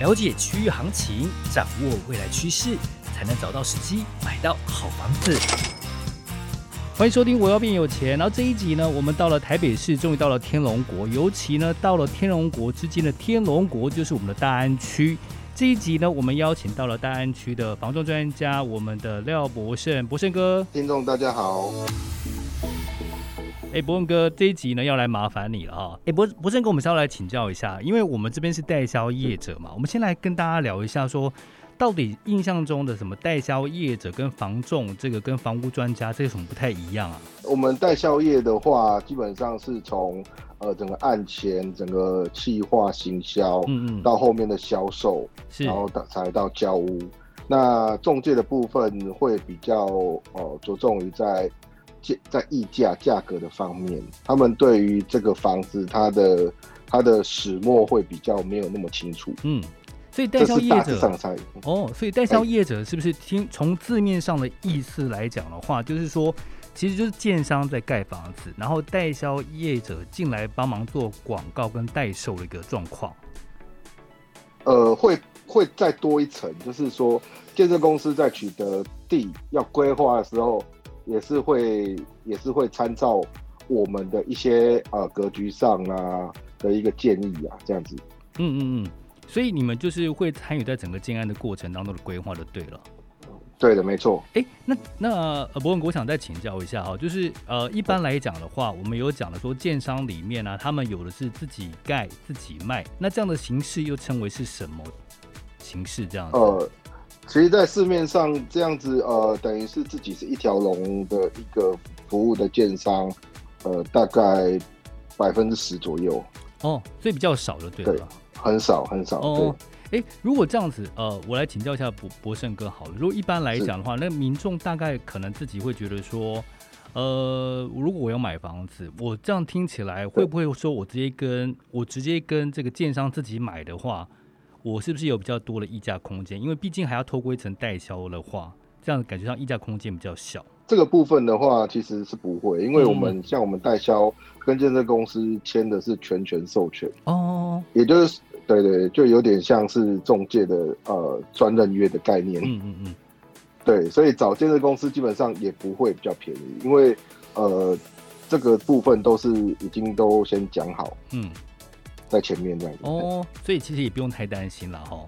了解区域行情，掌握未来趋势，才能找到时机买到好房子。欢迎收听《我要变有钱》。然后这一集呢，我们到了台北市，终于到了天龙国，尤其呢到了天龙国之间的天龙国，就是我们的大安区。这一集呢，我们邀请到了大安区的房仲专家，我们的廖博胜，博胜哥。听众大家好，哎，博文哥，这一集呢要来麻烦你了哈、哎，博博胜哥，我们是要来请教一下，因为我们这边是代销业者嘛，我们先来跟大家聊一下说。到底印象中的什么代销业者跟房仲，这个跟房屋专家这有什么不太一样啊？我们代销业的话，基本上是从呃整个案前、整个企划、行销，嗯嗯，到后面的销售，是然后到才到交屋。那中介的部分会比较呃着重于在价在议价价格的方面，他们对于这个房子它的它的始末会比较没有那么清楚，嗯，所以代这销是业大致者上才哦，所以代销业者是不是听从字面上的意思来讲的话，就是说，其实就是建商在盖房子，然后代销业者进来帮忙做广告跟代售的一个状况。呃，会会再多一层，就是说，建设公司在取得地要规划的时候，也是会也是会参照我们的一些呃格局上啊的一个建议啊，这样子。嗯嗯嗯，所以你们就是会参与在整个建案的过程当中的规划就对了。对的，没错。哎，那那呃，博文，我想再请教一下哈，就是呃，一般来讲的话，我们有讲的说，建商里面呢、他们有的是自己盖、自己卖，那这样的形式又称为是什么形式？这样子？呃，其实，在市面上这样子，呃，等于是自己是一条龙的一个服务的建商，呃，大概百分之十左右，哦，所以比较少就对了。对很少很少。哦，哎，如果这样子，呃，我来请教一下博博胜哥好了。如果一般来讲的话，那民众大概可能自己会觉得说，呃，如果我要买房子，我这样听起来会不会说我直接跟我直接跟这个建商自己买的话，我是不是有比较多的溢价空间？因为毕竟还要透过一层代销的话，这样感觉上溢价空间比较小。这个部分的话，其实是不会，因为我们、嗯像我们代销跟建设公司签的是全权授权，哦，也就是对对，就有点像是中介的呃专任约的概念。嗯嗯嗯，对，所以找建设公司基本上也不会比较便宜，因为呃这个部分都是已经都先讲好嗯，在前面这样子。，哦，所以其实也不用太担心了哈。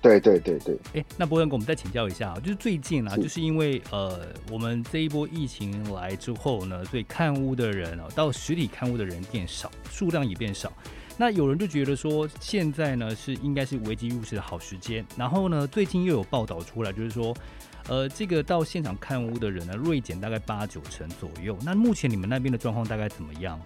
对对对对，哎，那博文哥，我们再请教一下啊，就是最近啊，是就是因为呃，我们这一波疫情来之后呢，所以看屋的人啊，到实体看屋的人变少，数量也变少。那有人就觉得说，现在呢是应该是危机入市的好时间。然后呢，最近又有报道出来，就是说，呃，这个到现场看屋的人呢，锐减大概八九成左右。那目前你们那边的状况大概怎么样？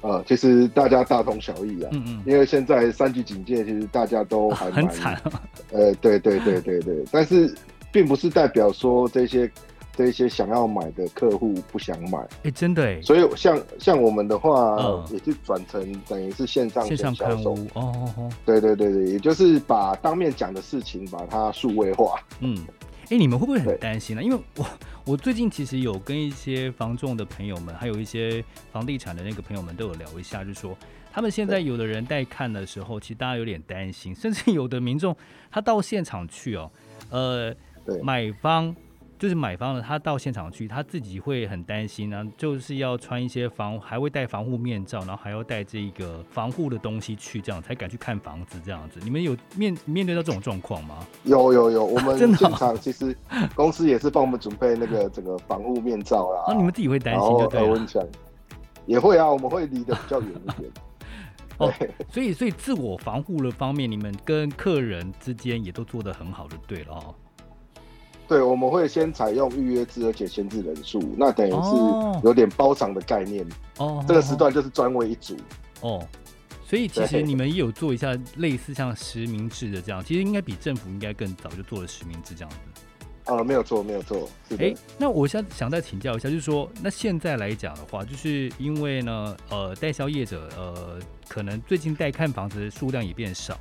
呃，其实大家大同小异啊。嗯嗯，因为现在三级警戒，其实大家都还蛮很惨啊。呃，对对对对对，但是并不是代表说这些这些想要买的客户不想买，哎，真的哎，所以像像我们的话，嗯也是转成等于是线上线上销看售，屋哦哦哦。对对对对，也就是把当面讲的事情把它数位化，嗯，哎、你们会不会很对担心呢、因为我我最近其实有跟一些房仲的朋友们，还有一些房地产的那个朋友们都有聊一下，就是说他们现在有的人带看的时候，其实大家有点担心，甚至有的民众他到现场去哦，呃，对买方。就是买方呢，他到现场去，他自己会很担心呢、就是要穿一些防，还会戴防护面罩，然后还要带这个防护的东西去，这样才敢去看房子，这样子。你们有面面对到这种状况吗？有有有，我 们真的哦现场其实公司也是帮我们准备那个整个防护面罩啦，啊，你们自己会担然心后就对耳了。温。枪也会啊，我们会离得比较远一点哦对所以，所以自我防护的方面，你们跟客人之间也都做得很好，就对了哦。对，我们会先采用预约制，而且限制人数，那等于哦是有点包场的概念。哦，这个时段就是专为一组，哦，所以其实对你们也有做一下类似像实名制的这样，其实应该比政府应该更早就做了实名制这样子。呃，没有错，没有错，是的。哎，那我现在想再请教一下，就是说，那现在来讲的话，就是因为呢，呃，代销业者呃，可能最近带看房子的数量也变少。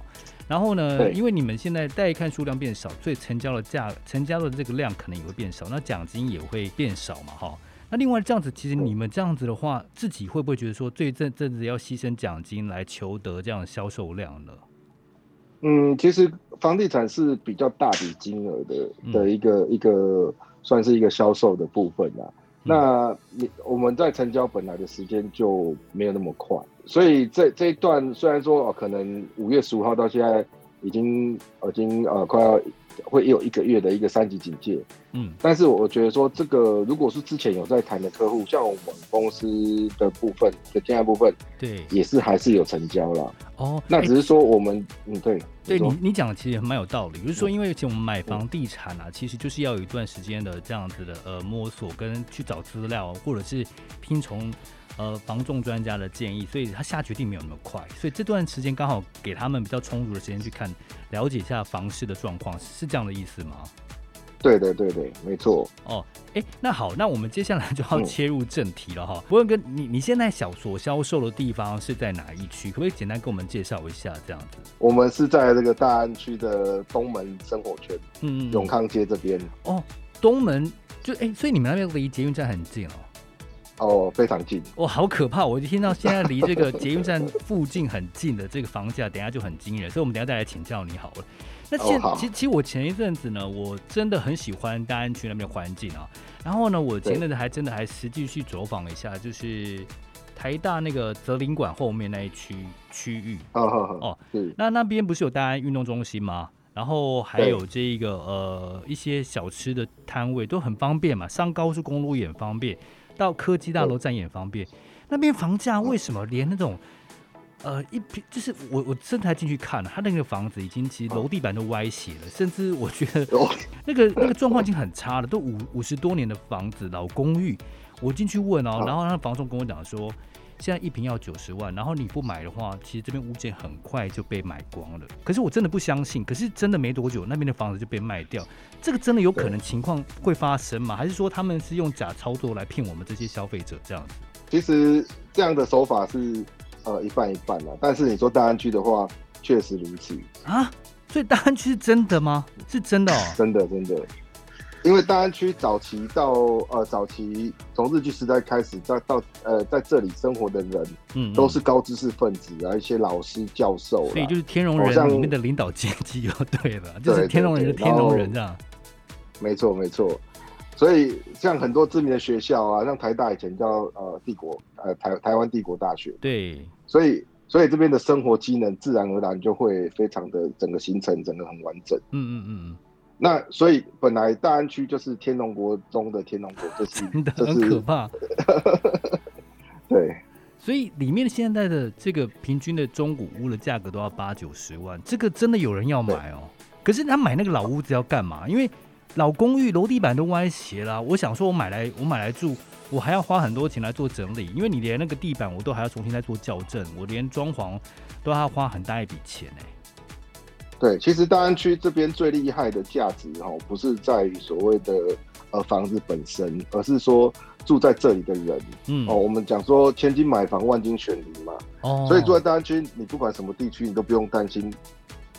然后呢，对因为你们现在带看数量变少，所以成交的价、成交的这个量可能也会变少，那奖金也会变少嘛，哈。那另外这样子，其实对你们这样子的话，自己会不会觉得说，最这阵子要牺牲奖金来求得这样的销售量呢？嗯，其实房地产是比较大笔金额的嗯的一个、一个，算是一个销售的部分嗯啦。那你我们在成交本来的时间就没有那么快，所以这这一段虽然说哦，可能五月十五号到现在已经已经呃快要会有一个月的一个三级警戒，嗯但是我觉得说这个如果是之前有在谈的客户，像我们公司的部分的建案部分对也是还是有成交啦。哦，那哎只是说我们嗯对对说你你讲的其实蛮有道理，就是说，因为其实我们买嗯房地产啊，其实就是要有一段时间的这样子的呃摸索跟去找资料，或者是听从呃房仲专家的建议，所以他下决定没有那么快，所以这段时间刚好给他们比较充足的时间去看了解一下房市的状况，是这样的意思吗？对的对对没错。哦，哎，那好，那我们接下来就要嗯切入正题了哈。不过跟你你现在小所销售的地方是在哪一区？可不可以简单跟我们介绍一下这样子？我们是在这个大安区的东门生活圈嗯，嗯嗯永康街这边哦，东门就哎、所以你们那边离捷运站很近哦。哦，非常近。哇，好可怕！我就听到现在离这个捷运站附近很近的这个房价，等一下就很惊人，所以我们等一下再来请教你好了。那现哦好其其实我前一阵子呢，我真的很喜欢大安区那边的环境啊。然后呢，我前阵子还真的还实际去走访了一下，就是台大那个泽林馆后面那一区区域，哈哈哈。哦，是那那边不是有大安运动中心吗？然后还有这一个呃一些小吃的摊位都很方便嘛，上高速公路也很方便，到科技大楼站也很方便。那边房价为什么连那种呃一平就是我我真的还进去看了，他那个房子已经其实楼地板都歪斜了，甚至我觉得哦，那个那个状况已经很差了，都五五十多年的房子，老公寓。我进去问哦，嗯然后那房仲跟我讲说，现在一平要九十万，然后你不买的话，其实这边物件很快就被买光了。可是我真的不相信，可是真的没多久，那边的房子就被卖掉。这个真的有可能情况会发生吗？还是说他们是用假操作来骗我们这些消费者这样子？其实这样的手法是呃一半一半啦，但是你说大安区的话，确实如此，啊？所以大安区是真的吗？是真的哦。真的真的。因为大安区早期到呃早期从日据时代开始，到到呃在这里生活的人嗯，嗯都是高知识分子啊，一些老师教授所以啦就，是天龙好人像里面的领导阶级就对了，就是对对天龙人的对天然龙后人这样。没错没错。所以像很多知名的学校啊，像台大以前叫呃帝国呃台台湾帝国大学，对，所以所以这边的生活机能自然而然就会非常的整个形成整个很完整。嗯嗯嗯嗯。那所以本来大安区就是天龙国中的天龙国，这是真的这嗯很可是怕。对所以里面现在的这个平均的中古屋的价格都要八九十万，这个真的有人要买哦。可是他买那个老屋子要干嘛？因为老公寓楼地板都歪斜啦、我想说，我买来我买来住，我还要花很多钱来做整理，因为你连那个地板我都还要重新再做校正，我连装潢都要花很大一笔钱哎、对，其实大安区这边最厉害的价值哦，不是在于所谓的呃房子本身，而是说住在这里的人嗯哦。我们讲说千金买房，万金选邻嘛，哦所以住在大安区，你不管什么地区，你都不用担心。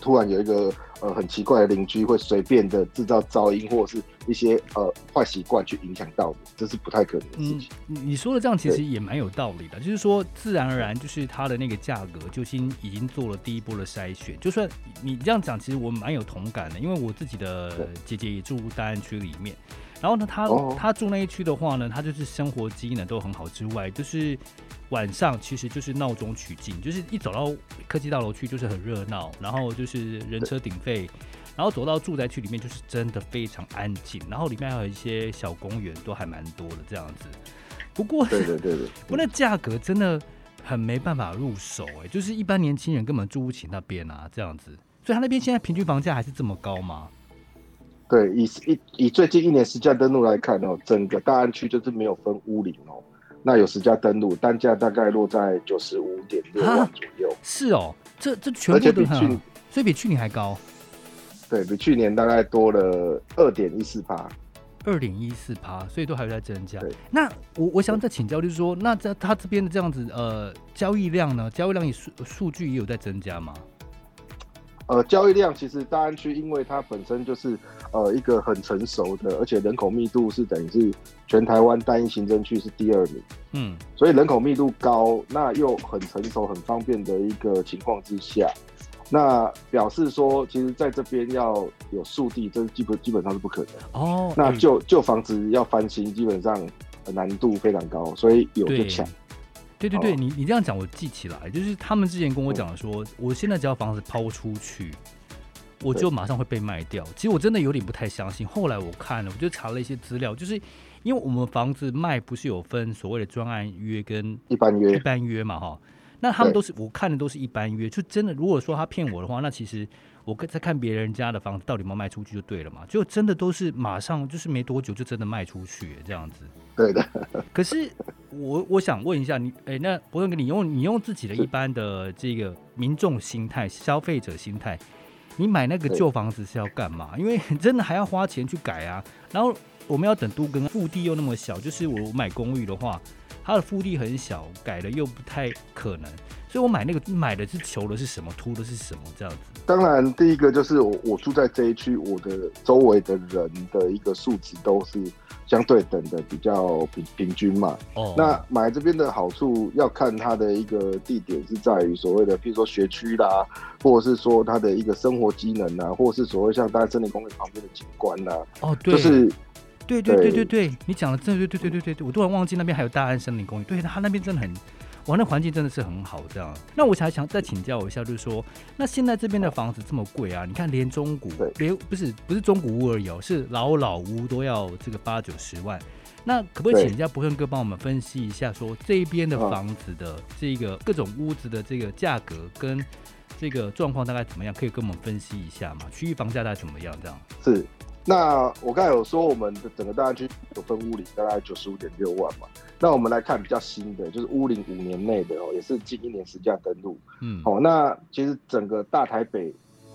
突然有一个呃很奇怪的邻居会随便的制造噪音或者是一些呃坏习惯去影响到你，这是不太可能的事嗯情。，你你说的这样其实也蛮有道理的，就是说自然而然就是它的那个价格就先已经做了第一波的筛选。就算你这样讲，其实我蛮有同感的，因为我自己的对姐姐也住大安区里面，然后呢，她哦她住那一区的话呢，她就是生活机能都很好之外，就是晚上其实就是闹中取静，就是一走到科技大楼去就是很热闹，然后就是人车鼎沸。然后走到住宅区里面，就是真的非常安静，然后里面还有一些小公园，都还蛮多的这样子。不过，对对对对， 不过那价格真的很没办法入手哎、就是一般年轻人根本住不起那边啊，这样子。所以他那边现在平均房价还是这么高吗？对，以以以最近一年实价登录来看哦，整个大安区就是没有分屋龄哦。那有实价登录，单价大概落在九十五点六万左右，是哦，这这全而部且都比去很，所以比去年还高，对比去年大概多了二点一四趴。二点一四趴，所以都还有在增加对。那我我想再请教，就是说，那在他这边的这样子呃交易量呢，交易量也数数据也有在增加吗？呃，交易量其实大安区，因为它本身就是呃一个很成熟的，而且人口密度是等于是全台湾单一行政区是第二名，嗯，所以人口密度高，那又很成熟、很方便的一个情况之下，那表示说，其实在这边要有速地，这基本基本上是不可能。哦，那嗯旧旧房子要翻新，基本上呃难度非常高，所以有就对抢。对对对，哦你你这样讲我记起来，就是他们之前跟嗯我讲说，我现在只要房子抛出去，我就马上会被卖掉。其实我真的有点不太相信。后来我看了，我就查了一些资料，就是因为我们房子卖不是有分所谓的专案约跟一般一 约般约嘛哈，那他们对都是我看的都是一般约，就真的如果说他骗我的话，那其实我跟在看别人家的房子到底有没有卖出去就对了嘛，就真的都是马上就是没多久就真的卖出去这样子。对的，可是我我想问一下你，哎、那博文哥，你用你用自己的一般的这个民众心态、消费者心态，你买那个对旧房子是要干嘛？因为 真的还要花钱去改啊。然后我们要等都跟腹地又那么小，就是我买公寓的话，它的腹地很小，改了又不太可能，所以我买那个买的是求的是什么，图的是什么这样子。当然第一个就是我我住在这一区，我的周围的人的一个素质都是相对等的，比较平平均嘛。哦，那买这边的好处要看它的一个地点是在于所谓的，譬如说学区啦，或者是说它的一个生活机能啦，或者是所谓像大家森林公园旁边的景观啦，哦对，就是对对对对对对，你讲的真的对对对对对，我突然忘记那边还有大安森林公园，对，它那边真的很，哇，那环境真的是很好这样。那我才想再请教一下，就是说，那现在这边的房子这么贵啊？你看连中古对，连不是不是中古屋而已、哦，是老老屋都要这个八九十万。那可不可以对请一下博胜哥帮我们分析一下说这边的啊房子的这个各种屋子的这个价格跟这个状况大概怎么样？可以跟我们分析一下吗？区域房价大概怎么样？这样？是。那我刚才有说，我们的整个大安区有分屋龄，大概九十五点六万嘛。那我们来看比较新的，就是屋龄五年内的哦，也是近一年实价登录。嗯，哦，那其实整个大台北，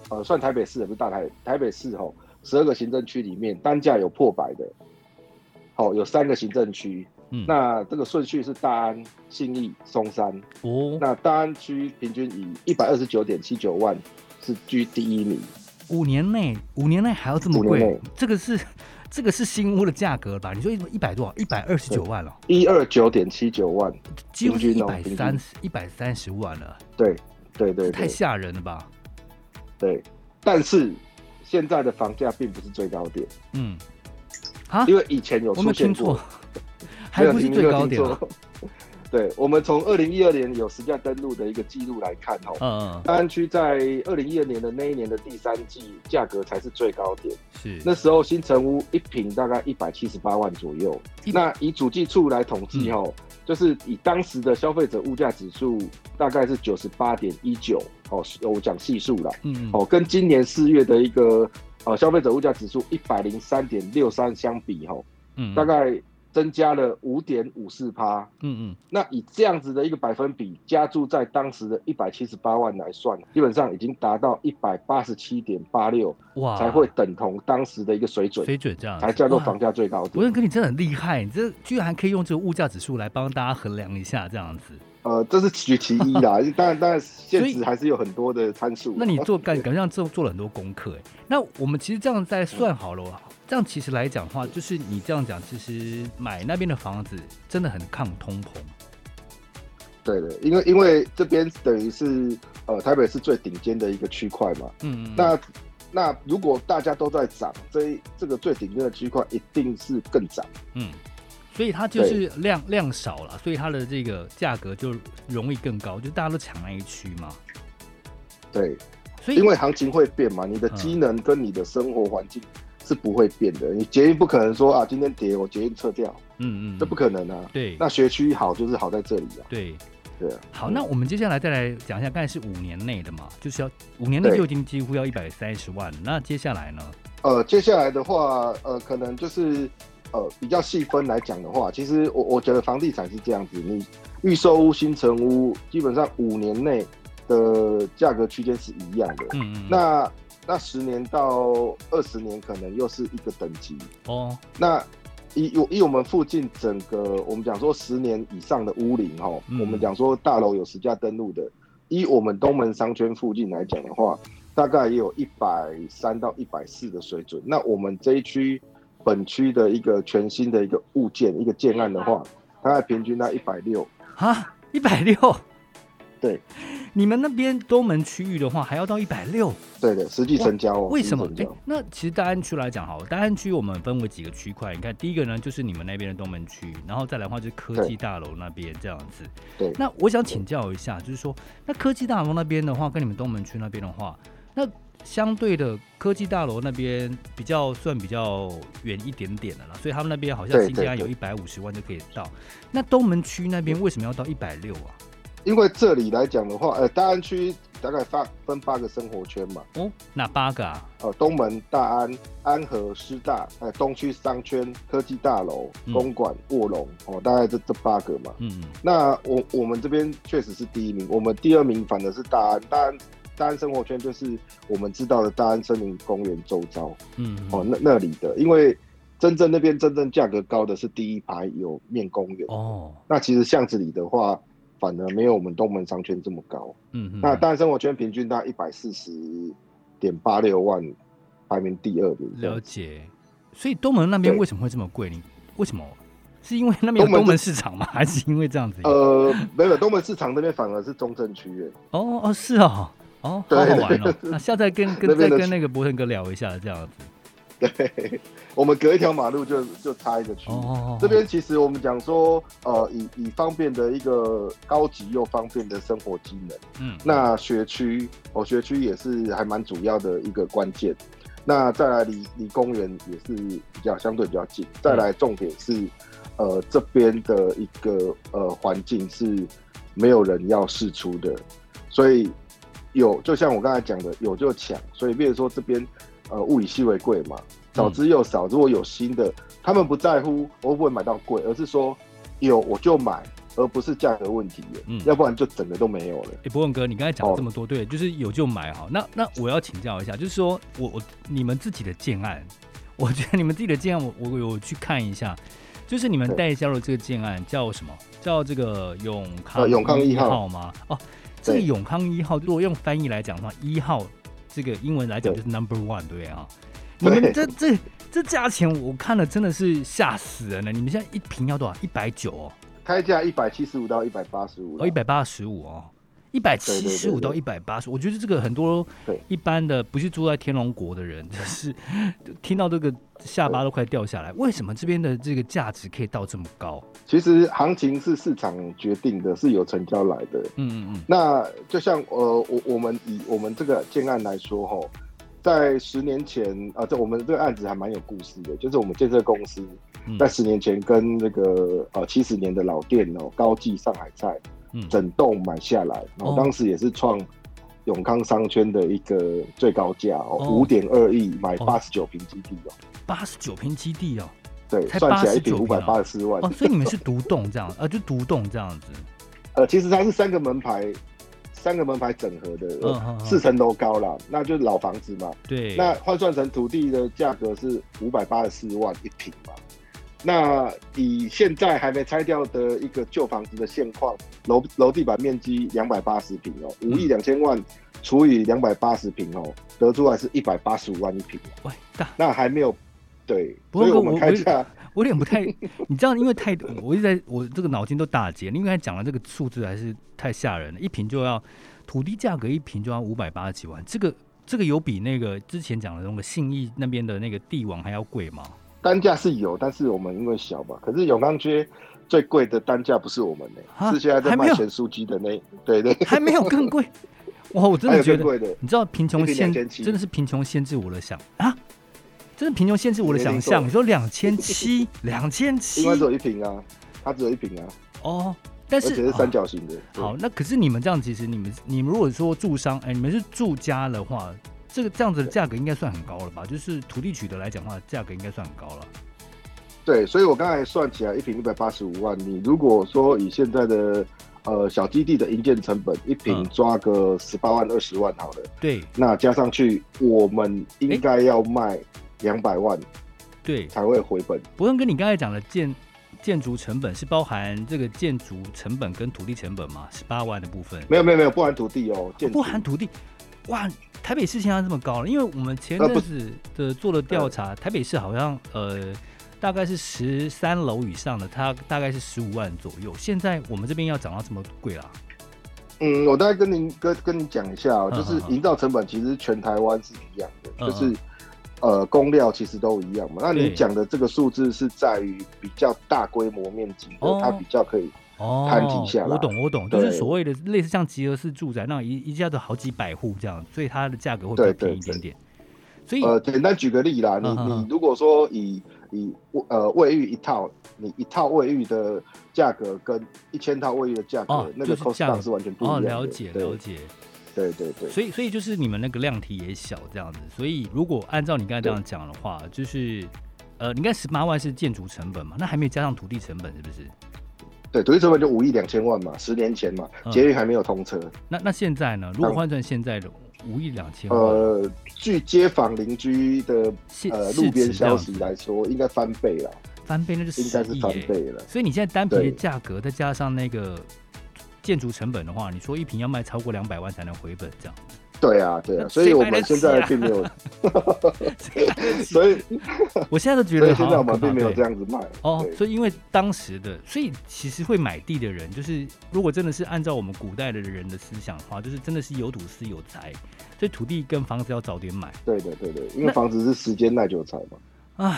呃，算台北市也不是大台台北市哦，十二个行政区里面单价有破百的，哦，有三个行政区。嗯那这个顺序是大安、信义、松山。哦，那大安区平均以一百二十九点七九万是居第一名。五年内，五年内还要这么五年贵内，这个是这个是新屋的价格吧？你说一百多少？一百二十九万了、一二九点七九万，几乎是平一均哦百三十一百三十万了，对对对太对吓人了吧？对，但是现在的房价并不是最高点，嗯，啊，因为以前有我没出有听现过错，， 还不是没有最没有高听点啊错 了。对，我们从二零一二年有实价登录的一个记录来看哦，嗯嗯，大安区在二零一二年的那一年的第三季价格才是最高点，是那时候新城屋一平大概一百七十八万左右。一嗯那以主计处来统计哦，就是以当时的消费者物价指数大概是九十八点一九哦，我讲系数啦。嗯嗯哦，跟今年四月的一个呃消费者物价指数一百零三点六三相比，哦吼、嗯，大概增加了五点五四趴。嗯嗯那以这样子的一个百分比加注在当时的一百七十八万来算，基本上已经达到一百八十七点八六，哇才会等同当时的一个水准，水准这样子，才叫做啊哇房价最高博点仁。哥，你真的很厉害，你这居然可以用这个物价指数来帮大家衡量一下这样子。呃，这是其其一 啦，当然当然现所以实还是有很多的参 数。啊那你做感感觉上做做了很多功课哎。那我们其实这样再算好了哦，这样其实来讲的话，就是你这样讲，其实买那边的房子真的很抗通膨。对的，因为因为这边等于是呃台北是最顶尖的一个区块嘛，嗯，那那如果大家都在涨，这一这个最顶尖的区块一定是更涨。嗯，所以它就是量量少了，所以它的这个价格就容易更高，就大家都抢那一区嘛。对，所以因为行情会变嘛，你的机能跟你的生活环境是不会变的。你捷运不可能说啊，今天跌我捷运撤掉，嗯嗯，这不可能啊。对那学区好就是好在这里啊，对。对啊。好，嗯那我们接下来再来讲一下，刚才是五年内的嘛，就是要五年内对就已经几乎要一百三十万了。那接下来呢？呃，接下来的话，呃，可能就是呃比较细分来讲的话，其实我我觉得房地产是这样子，你预售屋、新城屋基本上五年内的价格区间是一样的。嗯嗯，那那十年到二十年可能又是一个等级。哦，那以我以我们附近整个我们讲说十年以上的屋龄哦，嗯我们讲说大楼有实价登录的，以我们东门商圈附近来讲的话，大概也有一百三到一百四的水准。那我们这一区本区的一个全新的一个物件一个建案的话，大概平均在一百六。啊，一百六，对，你们那边东门区域的话，还要到一百六。对的，实际成交哦。为什么实？际哎、成交那其实大安区来讲好了，大安区我们分为几个区块。你看，第一个呢就是你们那边的东门区，然后再来的话就是科技对大楼那边这样子。对那我想请教一下，就是说，那科技大楼那边的话，跟你们东门区那边的话，那相对的科技大楼那边比较算比较远一点点的啦，所以他们那边好像对新家对嗯有对一百五十万就可以到。那东门区那边为什么要到一百六啊？因为这里来讲的话，呃，大安区大概发分八个生活圈嘛，哦，哪八个啊？呃，东门、大安、安和、师大，呃，东区商圈、科技大楼嗯、公馆、卧龙，哦，大概这这八个嘛。嗯，那我我们这边确实是第一名，我们第二名反而是大安，大安大安生活圈就是我们知道的大安森林公园周遭嗯嗯，哦，那那里的，因为真正那边真正价格高的是第一排有面公园，哦，那其实巷子里的话，反而没有我们东门商圈这么高。嗯嗯，那大安生活圈平均大概一百四十点八六万，排名第二名这样。了解。所以东门那边对为什么会这么贵？你为什么？是因为那边有东门东门市场吗？还是因为这样子？哦呃，没有，东门市场那边反而是中正区耶，哦，是哦，哦，好对好玩哦。那下次再跟跟再那边的跟那个博腾哥聊一下，这样子。对，我们隔一条马路就就差一个区。哦哦，哦这边其实我们讲说，呃，以以方便的一个高级又方便的生活机能，嗯，那学区哦，学区也是还蛮主要的一个关键。那再来离离公园也是比较相对比较近，再来重点是，呃，这边的一个呃环境是没有人要试出的，所以有就像我刚才讲的，有就抢，所以比如说这边呃物以稀为贵嘛，少之又少。如果有新的，他们不在乎我会不会买到贵，而是说有我就买，而不是价格问题了，嗯要不然就整个都没有了。哎、博文哥，你刚才讲了哦这么多，对，就是有就买哈。那那我要请教一下，就是说我我你们自己的建案，我觉得你们自己的建案我，我我有去看一下，就是你们对代销的这个建案叫什么？叫这个永康、呃永康一一号吗？哦，这个对永康一号，如果用翻译来讲的话，一号这个英文来讲就对是 number one，对啊。你对们这这这价钱我看了真的是吓死人了！你们现在一瓶要多少？一百九哦。开价一百七十五到一百八十五，哦，一百八十五哦，一百七十五到一百八十，我觉得这个很多对一般的不是住在天龙国的人， 就是听到这个下巴都快掉下来。为什么这边的这个价值可以到这么高？其实行情是市场决定的，是有成交来的。嗯嗯那就像呃，我我们以我们这个建案来说，吼，在十年前，呃，这我们这个案子还蛮有故事的，就是我们建设公司嗯在十年前跟那个呃七十年的老店哦，高记上海菜嗯嗯，整栋买下来，然哦后当时也是创永康商圈的一个最高价哦哦，五点二亿买哦八十九平基地哦，八十九平基地 哦，对，才算起来89一平五百平啊八十四万哦，所以你们是独栋这样，呃，就独栋这样子，呃，其实它是三个门牌，三个门牌整合的，嗯嗯嗯呃四层楼高啦，那就是老房子嘛。对，那换算成土地的价格是五百八十四万一平嘛。那以现在还没拆掉的一个旧房子的现况，楼楼地板面积两百八十平哦，五亿嗯两千万除以两百八十平哦，得出来是一百八十五万一平，喂大，那还没有对，不过所以我我们我开价我有点不太， 你知道，因为太，我一直在我这个脑筋都打结，因为他讲的这个数字还是太吓人了，一瓶就要土地价格一瓶就要五百八十几万，这个这个有比那个之前讲的那个信义那边的那个帝王还要贵吗？单价是有，但是我们因为小嘛，可是永康街最贵的单价不是我们呢、啊是现在还在没卖有咸酥鸡的那，对对，还没有更贵，哇，我 真的还有觉更得，贵的，你知道贫穷一瓶限2700真的是贫穷限制我的想啊，真的贫穷限制我的你没想听象。过你说两千七，两千七因为只有一瓶啊，它只有一瓶啊，哦，但而是且是哦三角形的。对好，，那可是你们这样，其实你们你们如果说住商，哎、你们是住家的话，这个这样子的价格应该算很高了吧？就是土地取得来讲的话，价格应该算很高了。对，所以我刚才算起来一瓶一百八十五万，你如果说以现在的呃小基地的营建成本，一瓶嗯抓个十八万二十万好了，对那加上去我们应该要卖两百万对，才会回本。伯恩哥，你刚才讲的建建筑成本是包含这个建筑成本跟土地成本吗？十八万的部分，没有没有没有，不含土地哦，建不筑含土地。哇，台北市现在这么高了，因为我们前呃不阵子的做了调查，台北市好像呃大概是十三楼以上的，它大概是十五万左右。现在我们这边要涨到这么贵啦，嗯，我大概跟您跟跟你讲一下、哦，嗯就是嗯嗯营造成本其实全台湾是一样的，嗯就是呃工料其实都一样嘛。那你对讲的这个数字是在于比较大规模面积的，哦它比较可以哦，摊底下我啦懂我懂，就是对所谓的类似像集合式住宅那样一一家都好几百户这样，所以它的价格会对比较便宜一对点点。所以呃，简单举个例啦，你嗯嗯嗯你如果说以以呃卫浴一套，你一套卫浴的价格跟一千套卫浴的价格，哦那就个是 cost 价格 down 是完全不一哦，样的。了解对了解，对对对，所以所以就是你们那个量体也小这样子，所以如果按照你刚才这样讲的话，就是呃，你看十八万是建筑成本嘛，那还没有加上土地成本是不是？对，土地成本就五亿两千万嘛，十年前嘛，嗯捷运还没有通车。那那现在呢？如果嗯换算现在的五亿两千万，呃，据街坊邻居的现呃市路值边这消样息子来说，应该翻倍了，翻倍那就十应该是亿翻耶倍了。所以你现在单皮的对价格再加上那个建筑成本的话，你说一瓶要卖超过两百万才能回本，这样，对啊，对那啊，所以谁我买得们现起在啊并没有， 谁买 得起所以我现在都觉所得以现好在我像们并没有这样。样子卖。哦对，所以因为当时的，所以其实会买地的人，就是如果真的是按照我们古代的人的思想的话，就是真的是有土是有财，所以土地跟房子要早点买。对的，对的，因那为房子是时间耐久材嘛。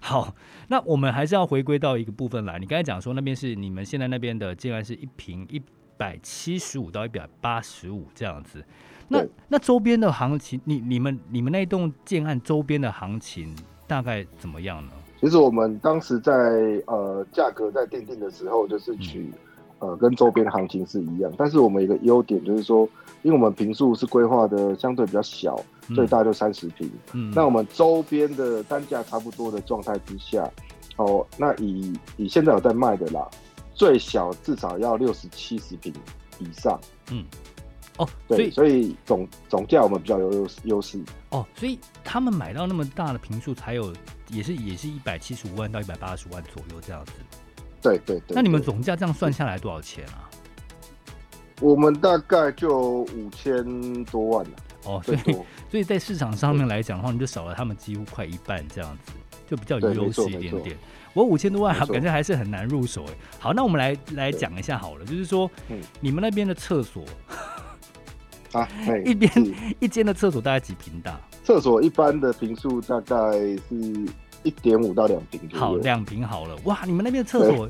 好，那我们还是要回归到一个部分来。你刚才讲说那边是你们现在那边的竟然是一平一百七十五到一百八十五这样子。那对那周边的行情，你你们你们那一栋建案周边的行情大概怎么样呢？其实我们当时在呃价格在定定的时候，就是取、嗯呃跟周边行情是一样，但是我们有一个优点就是说，因为我们平数是规划的相对比较小，嗯最大就三十平。嗯那我们周边的单价差不多的状态之下，哦，那以以现在有在卖的啦，最小至少要六十七十平以上。哦，所对，以所以总总价我们比较有优势优势。哦，所以他们买到那么大的平数，才有也是也是一百七十五万到一百八十万左右这样子。对对对。那你们对总价这样算下来多少钱啊？我们大概就五千多万了，哦，所最以 多。所以在市场上面来讲的话，你就少了他们几乎快一半这样子，就比较有对优没势错一点没错点。我五千多万，没错感觉还是很难入手哎。好，那我们来来讲一下好了，就是说嗯，你们那边的厕所，啊，哎一边是一间的厕所大概几平大？厕所一般的平数大概是一点五到两平左右。好，两平好了。哇，你们那边的厕所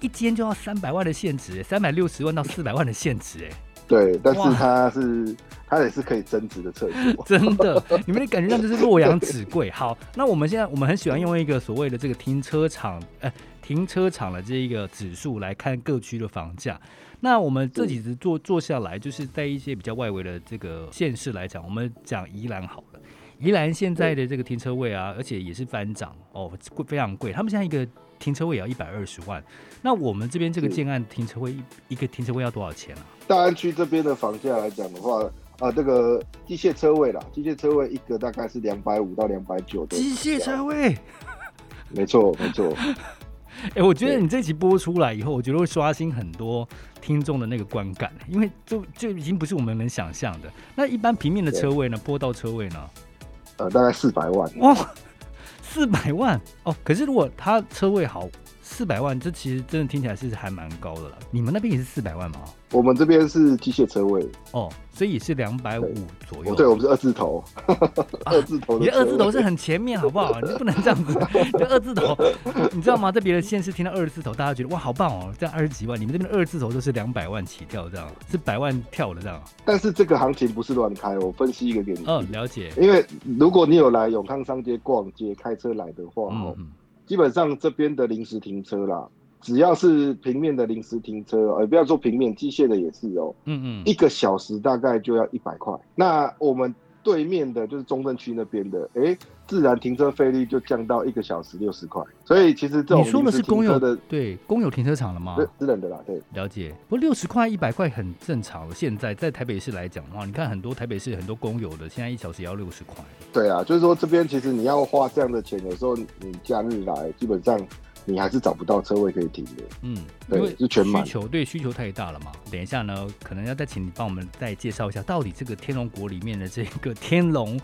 一间就要三百万的限值，三百六十万到四百万的限值，哎，对，但哇。是它是它也是可以增值的厕 所真的，你们的感觉上就是洛阳纸贵。好，那我们现在我们很喜欢用一个所谓的这个停车场，呃，停车场的这一个指数来看各区的房价。那我们这几次做做下来，就是在一些比较外围的这个县市来讲，我们讲宜兰好了。宜兰现在的这个停车位啊，而且也是翻涨哦，贵非常贵。他们现在一个停车位也要一百二十万，那我们这边这个是建案停车位一一个停车位要多少钱啊？大安区这边的房价来讲的话，啊，这个机械车位啦，机械车位一个大概是两百五到两百九的。机械车位，没错，没错，哎、我觉得对你这期播出来以后，我觉得会刷新很多听众的那个观感，因为就就已经不是我们能想象的。那一般平面的车位呢，坡道车位呢，呃，大概四百万。哇，四百万哦。可是如果它车位好，四百万，这其实真的听起来是还蛮高的了。你们那边也是四百万吗？我们这边是机械车位，哦，所以也是两百五左右。我对我们是二字头，二字头啊你的的车位。二字头是很前面，好不好？你不能这样 子，你的二字头，你知道吗？在别的县市听到二字头，大家觉得哇，好棒哦，这样二十几万。你们这边的二字头都是两百万起跳，这样是百万跳的这样。但是这个行情不是乱开，我分析一个给你。嗯，了解。因为如果你有来永康商街逛街，开车来的话，嗯哦、嗯，基本上这边的临时停车啦，只要是平面的临时停车，呃，不要说平面，机械的也是哦，嗯一嗯，个小时大概就要一百块。那我们对面的就是中正区那边的，诶，自然停车费率就降到一个小时六十块。所以其实这种你说的临是时公停有啊车的，对公有停车场了吗？呃私人的啦，对，了解，不过六十块、一百块很正常。现在在台北市来讲的话，你看很多台北市很多公有的，现在一小时也要六十块。对啊，就是说这边其实你要花这样的钱，有时候你假日来，基本上你还是找不到车位可以停的。嗯，对因为是全需满求对需求太大了嘛。等一下呢，可能要再请你帮我们再介绍一下，到底这个天龙国里面的这个天龙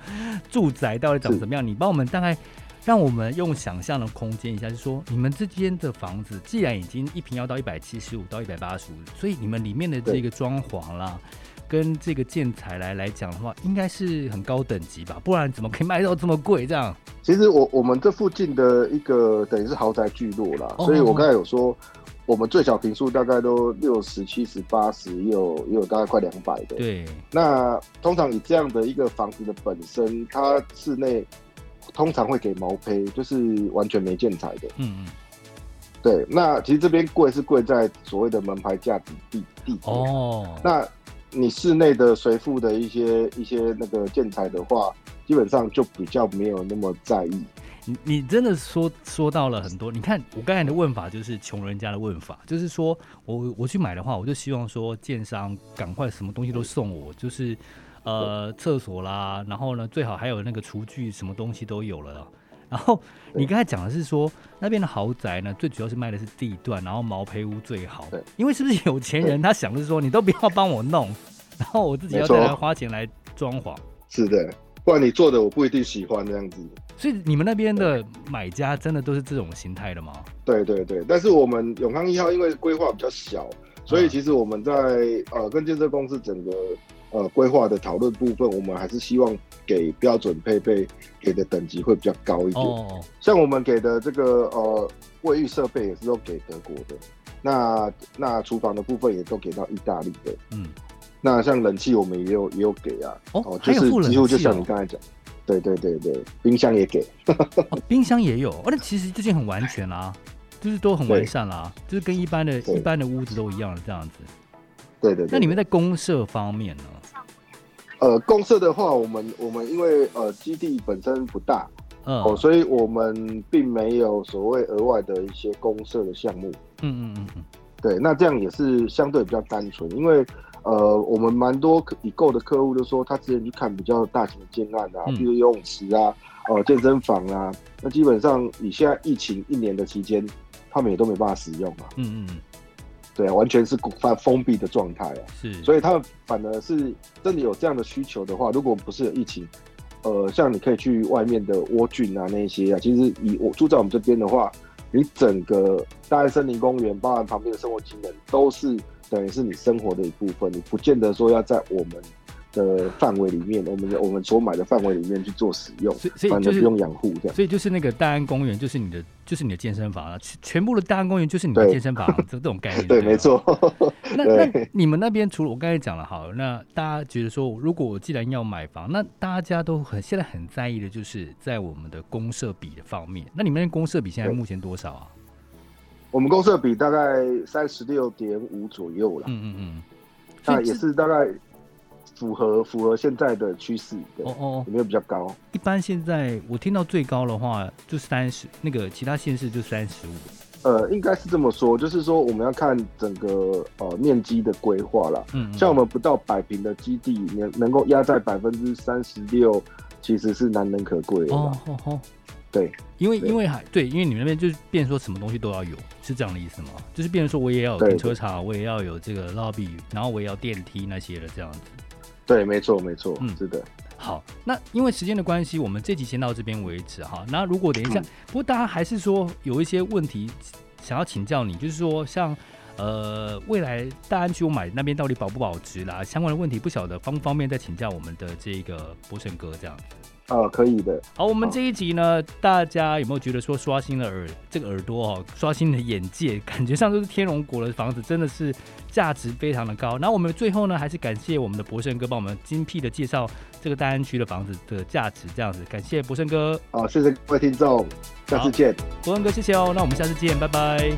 住宅到底长是怎么样？你帮我们大概让我们用想象的空间一下，就是说你们之间的房子既然已经一平要到一百七十五到一百八十五，所以你们里面的这个装潢啦，跟这个建材来来讲的话，应该是很高等级吧？不然怎么可以卖到这么贵？这样其实我我们这附近的一个等于是豪宅聚落啦，哦所以我刚才有说，我们最小平数大概都六十七十八十，也有也有大概快两百的。对，那通常以这样的一个房子的本身，它室内通常会给毛坯，就是完全没建材的。嗯嗯，对，那其实这边贵是贵在所谓的门牌价值地地点。哦，那你室内的随附的一些一些那个建材的话，基本上就比较没有那么在意。你你真的说说到了很多。你看我刚才的问法就是穷人家的问法，就是说我我去买的话，我就希望说建商赶快什么东西都送我，就是呃厕所啦，然后呢最好还有那个厨具，什么东西都有了啦。然后你刚才讲的是说那边的豪宅呢，最主要是卖的是地段，然后毛坯屋最好对，因为是不是有钱人他想的是说你都不要帮我弄，然后我自己要没错再来花钱来装潢。是的，不然你做的我不一定喜欢这样子。所以你们那边的买家真的都是这种心态的吗？对对对，但是我们永康一号因为规划比较小，所以嗯其实我们在呃跟建设公司整个呃规划的讨论部分，我们还是希望给标准配备给的等级会比较高一点。哦，像我们给的这个呃卫浴设备也是都给德国的，那那厨房的部分也都给到意大利的。嗯，那像冷气我们也有也有给啊，哦还就有附是冷几乎就气像哦你刚才讲，对对对对，冰箱也给，哦，冰箱也有，哦，那其实最近很完全啦、就是都很完善啦、就是跟一般的对一般的屋子都一样的这样子。对对对。那你们在公社方面呢？呃公社的话，我们我们因为呃基地本身不大嗯，哦，所以我们并没有所谓额外的一些公社的项目。嗯嗯嗯嗯，对，那这样也是相对比较单纯，因为呃，我们蛮多可已购的客户都说，他之前去看比较大型的建案啊，嗯比如游泳池啊、呃健身房啊，那基本上你现在疫情一年的期间，他们也都没办法使用啊，嗯嗯嗯，对啊，完全是封封闭的状态啊，是，所以以他们反而是真的有这样的需求的话，如果不是有疫情，呃，像你可以去外面的蜗郡啊那一些啊，其实以我住在我们这边的话，你整个大安森林公园，包含旁边的生活机能，都是等于是你生活的一部分，你不见得说要在我们的范围里面，我们我们所买的范围里面去做使用，所以所反以正就不是用养护这样。所以就是那个大安公园，就是你的，就是你的健身房啊，全全部的大安公园就是你的对健身房，这这种概念。对，吧没。错。 那那对你们那边除了我刚才讲了，好，那大家觉得说，如果我既然要买房，那大家都很现在很在意的就是在我们的公社比的方面。那你们的公社比现在对目前多少啊？我们公社比大概三十六点五左右啦，嗯嗯嗯，那所以也这是大概符合符合现在的趋势的，哦有哦，没有比较高？一般现在我听到最高的话就三十，那个其他县市就三十五。呃，应该是这么说，就是说我们要看整个呃面积的规划啦。嗯，嗯像我们不到百平的基地，能能够压在百分之三十六，其实是难能可贵的啦。哦哦哦，对，因为对因为还对，因为你们那边就是变成说什么东西都要有，是这样的意思吗？就是变成说我也要有对停车场，我也要有这个 lobby，然后我也要电梯那些的这样子。对，没错，没错，嗯是的。好，那因为时间的关系，我们这集先到这边为止哈。那如果等一下，不过大家还是说有一些问题想要请教你，就是说像呃未来大安区我买那边到底保不保值啦，相关的问题不晓得方不方便再请教我们的这个博胜哥这样。呃，可以的，好，我们这一集呢，大家有没有觉得说刷新了耳这个耳朵哦，刷新了眼界，感觉上就是天龙国的房子真的是价值非常的高。那我们最后呢，还是感谢我们的博胜哥帮我们精辟的介绍这个大安区的房子的价值，这样子，感谢博胜哥，啊好、谢谢各位听众，下好次见。博胜哥谢谢哦，那我们下次见，拜拜。